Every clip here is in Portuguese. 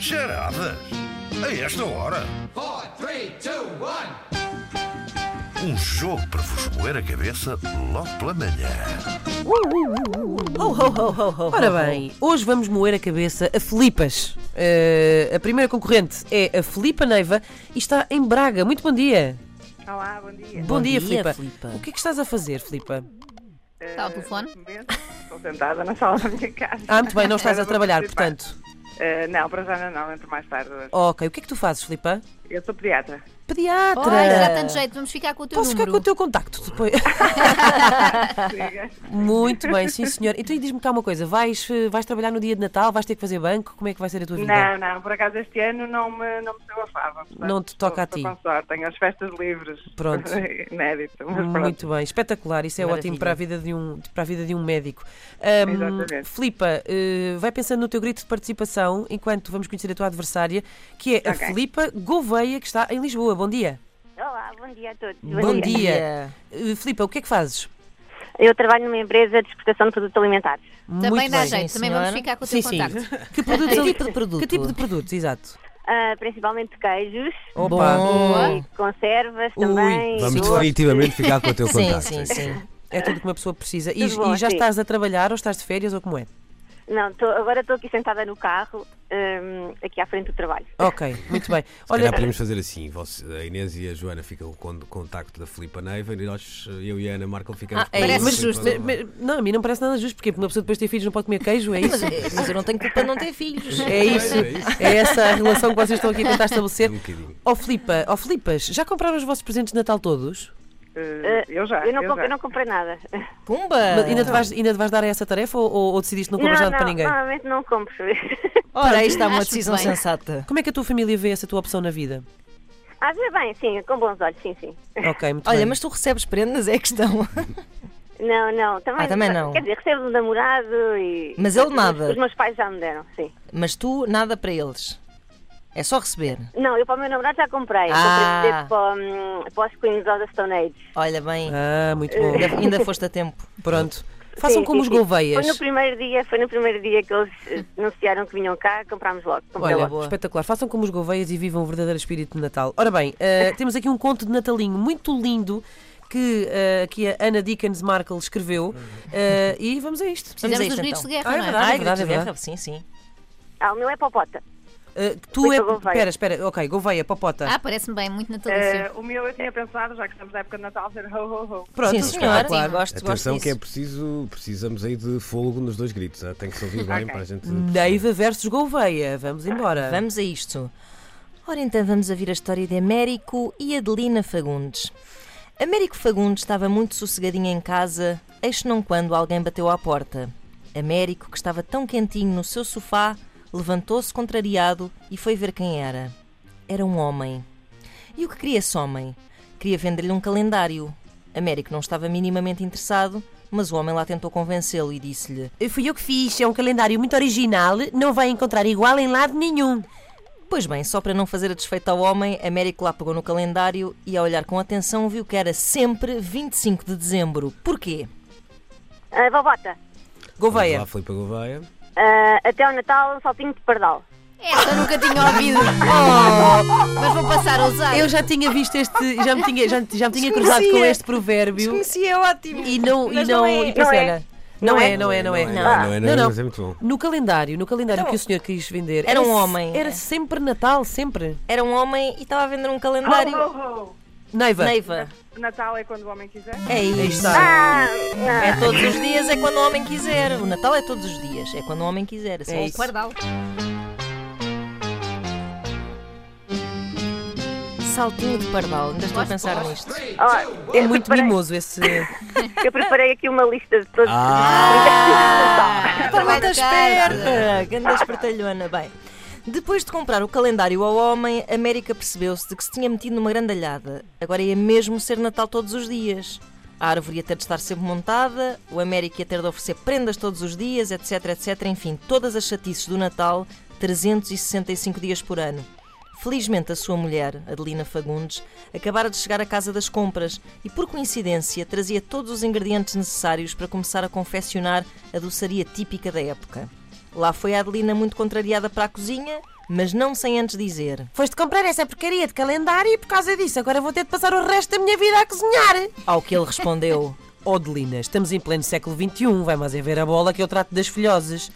Charadas? A esta hora? four, three, two, one. Um jogo para vos moer a cabeça logo pela manhã. Ho, ho, ho, ho, ho, Ora bem, hoje vamos moer a cabeça a Filipas. Eh, a primeira concorrente é a Filipa Neiva e está em Braga. Muito bom dia. Olá, bom dia. Bom, dia, dia, Filipa. Filipa. O que é que estás a fazer, Filipa? Está Tá ao telefone? Estou sentada na sala da minha casa. Ah, muito bem, não estás Era a vou trabalhar, participar. portanto. Eh, não, para já não, não, entro mais tarde. Ok, o que é que tu fazes, Filipa? Eu sou pediatra. Pediatra. Olha, dá tanto jeito, vamos ficar com o teu Posso ficar número. com o teu contacto depois? Diga. muito bem, sim, senhor. Então e diz-me cá uma coisa: vais, eh, vais trabalhar no dia de Natal? Vais ter que fazer banco? Como é que vai ser a tua vida? Não, não, por acaso este ano não me, não me deu a fava. portanto, Não te toca a estou- ti. estou Com sorte, tenho as festas livres. Pronto. Inédito, mas pronto. Muito bem, espetacular, isso é ótimo Maravilha. para a vida de um, para a vida de um médico. Ahm, Exatamente. Filipa, eh, vai pensando no teu grito de participação enquanto vamos conhecer a tua adversária, que é a Ok. Filipa Gouveia, que está em Lisboa. Bom dia. Olá, bom dia a todos. Bom dia. Eh, Filipa, o que é que fazes? Eu trabalho numa empresa de exportação de produtos alimentares. Também Muito dá bem. jeito, também senhora. vamos ficar com o Sim, teu sim. contacto. Que, produtos, Que tipo de produto? Que tipo de produtos, exato. Ah, principalmente queijos, Opa, Boa. e conservas Ui, também. Vamos doces. definitivamente ficar com o teu Sim, contacto. sim, sim. é tudo que uma pessoa precisa. E, Tudo bom, e já sim. estás a trabalhar ou estás de férias ou como é? Não, tô- agora estou aqui sentada no carro, hum, aqui à frente do trabalho. Ok, muito bem. Olha, Olha, podemos fazer assim, você- a Inês e a Joana ficam com o contacto da Filipa Neiva e nós, eu e a Ana Markel ficamos Ah, com é o isso. mas, Parece justo. mas- mas- não, a mim não parece nada justo, porque uma pessoa depois de ter filhos não pode comer queijo, é isso? Mas, eh, mas eu não tenho culpa de não ter filhos. É isso, É isso. é essa a relação que vocês estão aqui a tentar estabelecer. Um bocadinho. Ó Filipa, ó Filipas, já compraram os vossos presentes de Natal todos? Eh, eu já. Eu não, eu comp- já. eu não comprei nada. Pumba! Ah. Mas ainda, te vais, ainda te vais dar a essa tarefa ou, ou- ou decidiste não comprar não, nada não, para ninguém? normalmente não compro. Ora, aí está Acho uma muito decisão bem. sensata. Como é que a tua família vê essa tua opção na vida? ah, vê bem, sim, com bons olhos, sim, sim. Ok, muito Olha, bem. mas tu recebes prendas, é a questão. Não, não, também, Ah, também não. Quer dizer, recebo um namorado e. Mas ele nada. Os meus pais já me deram, sim. Mas tu, nada para eles. É só receber. Não, eu para o meu namorado já comprei. Ah. Comprei presente para, hum, para os Queens of the Stone Age. Olha bem, Ah, muito bom. ainda, ainda foste a tempo. Pronto. Façam Sim, como sim, os sim. Gouveias. Foi no primeiro dia, foi no primeiro dia que eles eh, anunciaram que vinham cá, comprámos logo. Comprei Olha, logo. espetacular. Façam como os Gouveias e vivam o verdadeiro espírito de Natal. Ora bem, eh, temos aqui um conto de Natalinho muito lindo que eh, aqui a Ana Dickens Markle escreveu. eh, e vamos a isto. Vamos a Precisamos dos isto, gritos então. de guerra, Ah, é não é? verdade. Ai, gritos de verdade. guerra, sim, sim. Ah, o meu é popota. Eh, tu Filipa é. Gouveia. Espera, espera. Ok, Gouveia, Popota. Ah, parece-me bem, muito natalício. Eh, o meu eu tinha pensado, já que estamos na época de Natal, ser ho, ho, ho. Pronto, sim, senhora. espetacular. Gosto, Atenção gosto que é disso. preciso, precisamos aí de fogo nos dois gritos, ah, tem que se ouvir bem Ok. para a gente... Neiva versus Gouveia. Vamos embora. Vamos a isto. Ora então vamos ouvir a história de Américo e Adelina Fagundes. Américo Fagundes estava muito sossegadinho em casa, eis não quando alguém bateu à porta. Américo, que estava tão quentinho no seu sofá, levantou-se contrariado e foi ver quem era. Era um homem. E o que queria esse homem? Queria vender-lhe um calendário. Américo não estava minimamente interessado, mas o homem lá tentou convencê-lo e disse-lhe: Fui eu que fiz. É um calendário muito original. Não vai encontrar igual em lado nenhum. Pois bem, só para não fazer a desfeita ao homem, Américo lá pegou no calendário e, ao olhar com atenção, viu que era sempre 25 de dezembro. Porquê? Ah, popota, Vamos Gouveia. lá, Filipa Gouveia. ah, até ao Natal um saltinho de pardal. Esta eu É, nunca tinha ouvido. Mas vou passar a usar. Oh! Eu já tinha visto este, já me tinha, já, já me tinha cruzado com este provérbio Desconhecia, é ótimo! e não, e Mas não, não é. e pensei, Não é. olha, não é, não é, não é. Não é, não é, Não, não. mas é muito bom. No calendário, no calendário que o senhor quis vender. Era um se- homem, Era é. sempre Natal, sempre. Era um homem e estava a vender um Ho, calendário. ho, ho. Neiva. Neiva, Natal é quando o homem quiser. é Aí isso. está. É todos os dias, é quando o homem quiser. O Natal é todos os dias, é quando o homem quiser. Assim, É Ou isso. pardal. Saltinho de pardal, ainda estou a pensar nisto. Oh, É eu muito preparei, mimoso esse. Eu preparei aqui uma lista de todos. Ah, Foi muito trabalho de casa. esperta! Ganda espertalhona. Bem, depois de comprar o calendário ao homem, América percebeu-se de que se tinha metido numa grandalhada. Agora ia mesmo ser Natal todos os dias. A árvore ia ter de estar sempre montada, o América ia ter de oferecer prendas todos os dias, etc, etc. Enfim, todas as chatices do Natal, 365 dias por ano. Felizmente, a sua mulher, Adelina Fagundes, acabara de chegar à casa das compras e, por coincidência, trazia todos os ingredientes necessários para começar a confeccionar a doçaria típica da época. Lá foi a Adelina muito contrariada para a cozinha, mas não sem antes dizer. Foste comprar essa porcaria de calendário e por causa disso agora vou ter de passar o resto da minha vida a cozinhar. Ao que ele respondeu: Odelina, estamos em pleno século XXI, vai mais é ver a bola que eu trato das filhoses.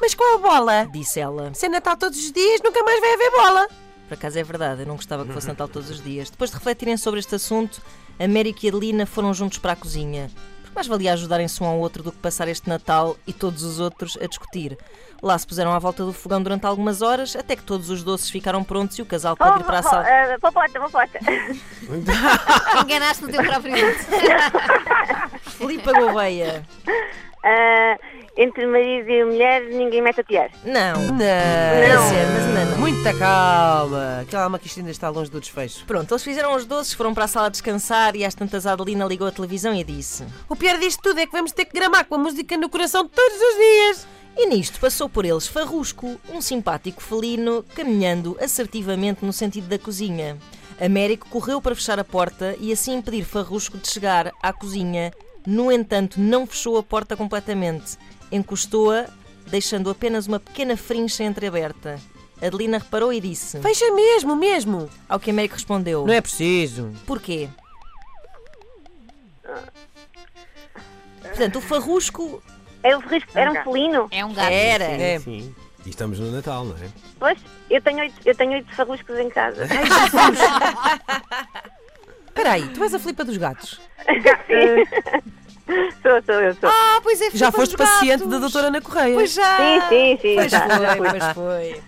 Mas qual a bola? Disse ela: Se é Natal todos os dias, nunca mais vai haver bola. Por acaso é verdade, eu não gostava que fosse Natal todos os dias. Depois de refletirem sobre este assunto, América e Adelina foram juntos para a cozinha. Porque mais valia ajudarem-se um ao outro do que passar este Natal e todos os outros a discutir. Lá se puseram à volta do fogão durante algumas horas, até que todos os doces ficaram prontos e o casal pôde ir para a sala. oh, papota, papota. Enganaste no teu próprio dente. Filipa Gouveia. Ah, entre marido e mulher, ninguém mete a piar. Não. Não. mas não, não. Muita calma. Calma que isto ainda está longe do desfecho. Pronto, eles fizeram os doces, foram para a sala descansar e às tantas a Adelina ligou a televisão e disse. O pior disto tudo é que vamos ter que gramar com a música no coração todos os dias. E nisto passou por eles Farrusco, um simpático felino, caminhando assertivamente no sentido da cozinha. Américo correu para fechar a porta e assim impedir Farrusco de chegar à cozinha. No entanto, não fechou a porta completamente. Encostou-a, deixando apenas uma pequena frincha entreaberta. Adelina reparou e disse. Fecha mesmo, mesmo. Ao que Américo respondeu. Não é preciso. Porquê? Portanto, o Farrusco Era um, risco, era um felino. É um gato. era. É. E estamos no Natal, não é? Pois, eu tenho oito, eu tenho oito farruscos em casa. Espera aí, tu és a flipa dos gatos. sou, sou, eu sou. Ah, pois é, Já fui com os foste paciente gatos. da doutora Ana Correia. Pois já. Sim, sim, sim. Pois tá. foi, pois foi.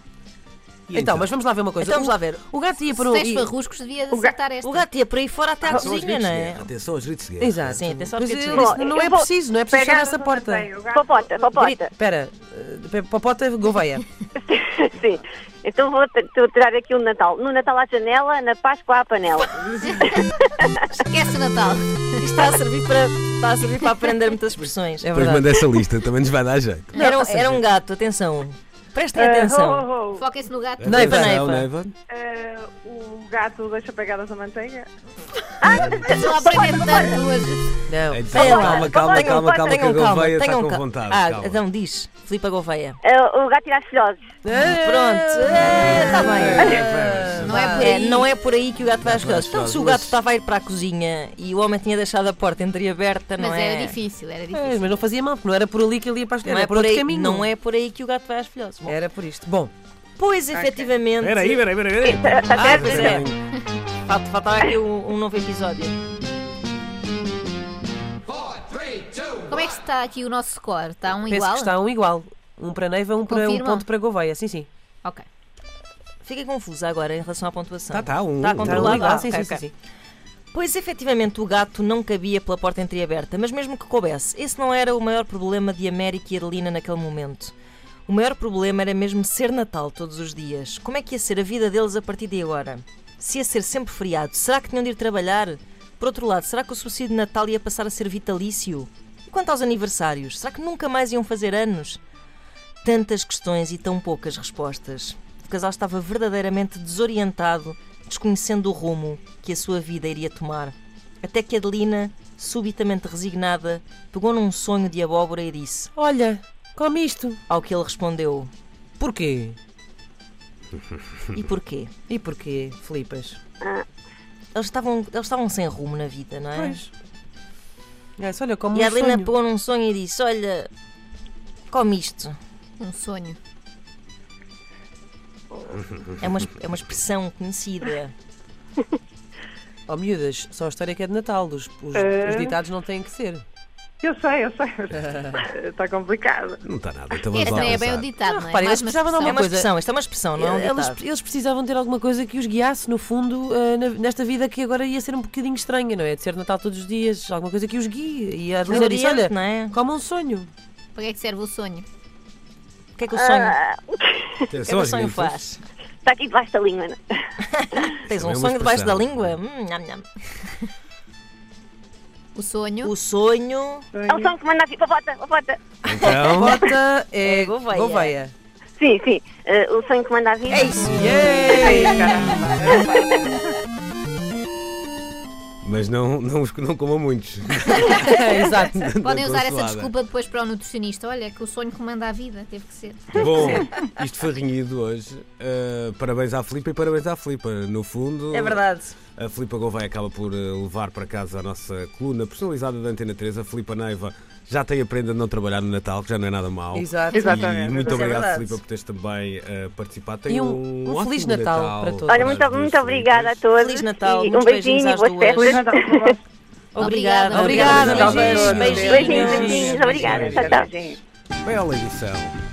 E Então, mas vamos lá ver uma coisa. Então vamos O- lá ver. O gato ia para Se um- o... tens ia- farruscos, devia acertar esta. O gato ia por aí fora até à São Ah, os cozinha, gritos não de é? guerra. Atenção aos gritos de guerra. Exato. Sim, atenção Pois que eu eu disse, disse. não é Eu vou preciso, não é preciso fechar essa porta. Popota, popota. Espera, eh, Popota Gouveia. Sim. Então vou, t- vou tirar aqui o Natal. No Natal à janela, na Páscoa à panela. Esquece o Natal. Isto está a servir para, está a servir para aprender muitas expressões. É Depois verdade. manda essa lista, também nos vai dar jeito. Era, um- era um gato, atenção. Prestem oh, Ah, atenção. ho, ho, ho. Foquem-se no gato. Neiva, Atenção, Neiva. Ah, o gato deixa pegadas a manteiga. Ah, Estão a aprender tanto hoje. Não. Então, Sei lá. calma, calma, Tenham calma, calma, que a Tenham calma, Gouveia está tenham com calma. vontade. Ah, calma. Hum. então diz, Filipa Gouveia. Ah, o gato e as filhoses. Pronto, está bem. Não é por É, aí. não é por aí que o gato vai às coisas. às Então, se o coisas. gato estava a ir para a cozinha e o homem tinha deixado a porta entreaberta, não Mas é? era difícil, era difícil. Pois, mas não fazia mal, porque não era por ali que ele ia para as Não era é, por por outro aí, caminho. É. não é por aí que o gato vai às filhoses. Bom, Era por isto. Bom, Pois, efetivamente. Peraí, peraí, peraí. peraí. Ah, pois é. Falta- Faltava aqui um, um novo episódio. Four, three, two, one. Como é que está aqui o nosso score? Está um penso igual? que está um igual. Um para Neiva, um, para, um Confirma? ponto para Gouveia. Sim, sim. Ok. Fiquei confusa agora em relação à pontuação. Tá, tá, um. Tá um. Está um Controlado. igual. Sim, Ok, sim, ok. sim, sim. Pois efetivamente o gato não cabia pela porta entreaberta, mas mesmo que coubesse, esse não era o maior problema de América e Adelina naquele momento. O maior problema era mesmo ser Natal todos os dias. Como é que ia ser a vida deles a partir de agora? Se ia ser sempre feriado, será que tinham de ir trabalhar? Por outro lado, será que o subsídio de Natal ia passar a ser vitalício? E quanto aos aniversários? Será que nunca mais iam fazer anos? Tantas questões e tão poucas respostas. O casal estava verdadeiramente desorientado, desconhecendo o rumo que a sua vida iria tomar. Até que Adelina, subitamente resignada, pegou num sonho de abóbora e disse, Olha, come isto. ao que ele respondeu: Porquê? E porquê? Ah, E porquê, Filipas? Eles estavam, eles estavam sem rumo na vida, não é? Pois. É, só olha, como E um a Adelina sonho. pegou num sonho e disse: Olha, come isto. Um sonho. É uma, é uma expressão conhecida. Oh, miúdas, só a história que é de Natal. Os, os- É. os ditados não têm que ser. Eu sei, eu sei. Está complicado. Não está nada, então vamos Este lá não é bem o pensar. ditado, não, é? reparem, Mais Ah, eles precisavam de É Uma uma coisa- expressão, esta é uma expressão, não é um eles, ditado. eles precisavam ter alguma coisa que os guiasse, no fundo, eh, na- nesta vida que agora ia ser um bocadinho estranha, não é? De ser Natal todos os dias, alguma coisa que os guie. E a Adelina disse: olha, Oriente, não é? como um sonho. Para que é que serve o sonho? O que é que o sonho, o que é que Atenção o aos sonho gritos. faz? Está aqui debaixo da língua. né? não? Tens Também é um uma sonho debaixo da expressão. língua? Hum, nham, nham. O sonho? O sonho. É o som que manda assim, papota, papota. um Então, Bota é É Gouveia. Gouveia. Sim, sim. Ah, o sonho que manda a vida. É isso. Yay! Mas não, não, os- não comam muitos. Exato. Podem Da usar essa consoada. desculpa depois para o nutricionista. Olha, que o sonho comanda a vida, teve que ser. Bom, isto foi renhido hoje. Uh, parabéns à Filipa e parabéns à Filipa. No fundo, É verdade. a Filipa Gouveia acaba por uh, levar para casa a nossa coluna personalizada da Antena 3. A Filipa Neiva já tem a prenda de não trabalhar no Natal, que já não é nada mau. Exato. E Exatamente. muito Isso é obrigado, verdade. Filipa, por teres também uh, participado. Tenha E um- um ótimo Feliz Natal para todos. Olha, para muito, as duas muito Filipas. obrigada a todos. Feliz Natal, e um muitos beijinhos beijinho e às boas duas. Feliz festas. Natal para vocês. Obrigada. Obrigada. Beijinhos. Beijinhos. Beijinhos, Beijinhos. beijinhos. Obrigada. Tchau, tchau. Bela edição.